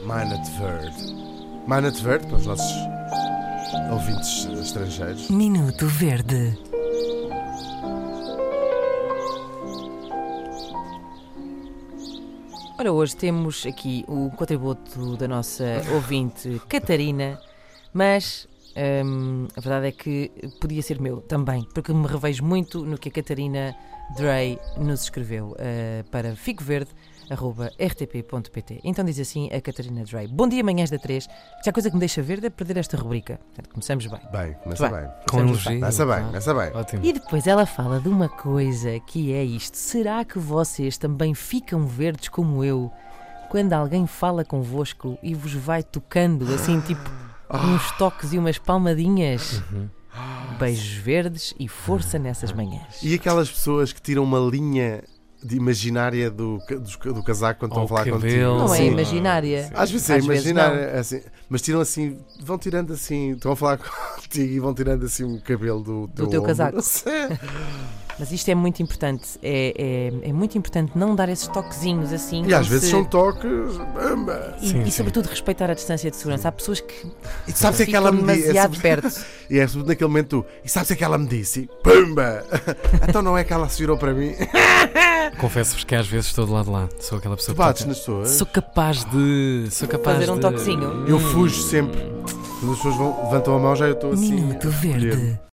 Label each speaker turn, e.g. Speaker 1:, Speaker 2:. Speaker 1: Mana de Verde. Mana de Verde, para os nossos ouvintes estrangeiros.
Speaker 2: Minuto Verde. Ora, hoje temos aqui o contributo da nossa ouvinte Catarina, mas hum, a verdade é que podia ser meu também, porque me revejo muito no que a Catarina Drey nos escreveu eh, para ficoverde.rtp.pt. Então diz assim a Catarina Drey: Bom dia, manhãs da 3. Já a coisa que me deixa verde é perder esta rubrica. Portanto, começamos bem.
Speaker 1: Bem, começa
Speaker 2: Bem.
Speaker 1: bem.
Speaker 3: Com
Speaker 2: Estamos
Speaker 3: elogio.
Speaker 1: Começa bem,
Speaker 3: Ah,
Speaker 1: começa bem.
Speaker 3: Ótimo.
Speaker 2: E depois ela fala de uma coisa que é isto. Será que vocês também ficam verdes como eu quando alguém fala convosco e vos vai tocando assim, tipo
Speaker 1: Ah.
Speaker 2: uns toques e umas palmadinhas? Beijos verdes e força nessas manhãs.
Speaker 1: Ah. E aquelas pessoas que tiram uma linha de imaginária do, ca- dos ca- do casaco quando
Speaker 3: Uhum. Ao
Speaker 1: estão a falar
Speaker 3: cabelo.
Speaker 1: contigo?
Speaker 2: Não é
Speaker 1: Sim.
Speaker 2: imagina- imaginária.
Speaker 3: Sim.
Speaker 1: Às vezes é
Speaker 2: Às vezes
Speaker 1: imaginária, assim, mas tiram assim, vão tirando assim, estão a falar contigo e vão tirando assim o cabelo do,
Speaker 2: Do teu casaco.
Speaker 1: Sim.
Speaker 2: Mas isto é muito importante. É, é- é muito importante não dar esses toquezinhos assim.
Speaker 1: E às
Speaker 2: como
Speaker 1: vezes
Speaker 2: se-
Speaker 1: são toques. bamba.
Speaker 2: E,
Speaker 3: Sim,
Speaker 2: e
Speaker 3: sim.
Speaker 2: sobretudo respeitar a distância de segurança. Há pessoas que
Speaker 1: E sabes
Speaker 2: ficam
Speaker 1: aquela medida. é
Speaker 2: demasiado perto.
Speaker 1: E é sobretudo naquele momento, tu, e sabes o que ela me disse? Pumba! então não é que ela se virou para mim.
Speaker 3: Confesso-vos que às vezes estou do lado de lá. Sou aquela pessoa
Speaker 1: Tu bates
Speaker 3: que. toca-
Speaker 1: nas pessoas.
Speaker 3: Sou capaz de. Sou capaz
Speaker 2: Fazer um
Speaker 3: de-
Speaker 2: toquezinho.
Speaker 1: Eu fujo sempre. Quando as pessoas vão- levantam a mão, já eu estou assim.
Speaker 2: Minuto
Speaker 1: a colher.
Speaker 2: Verde.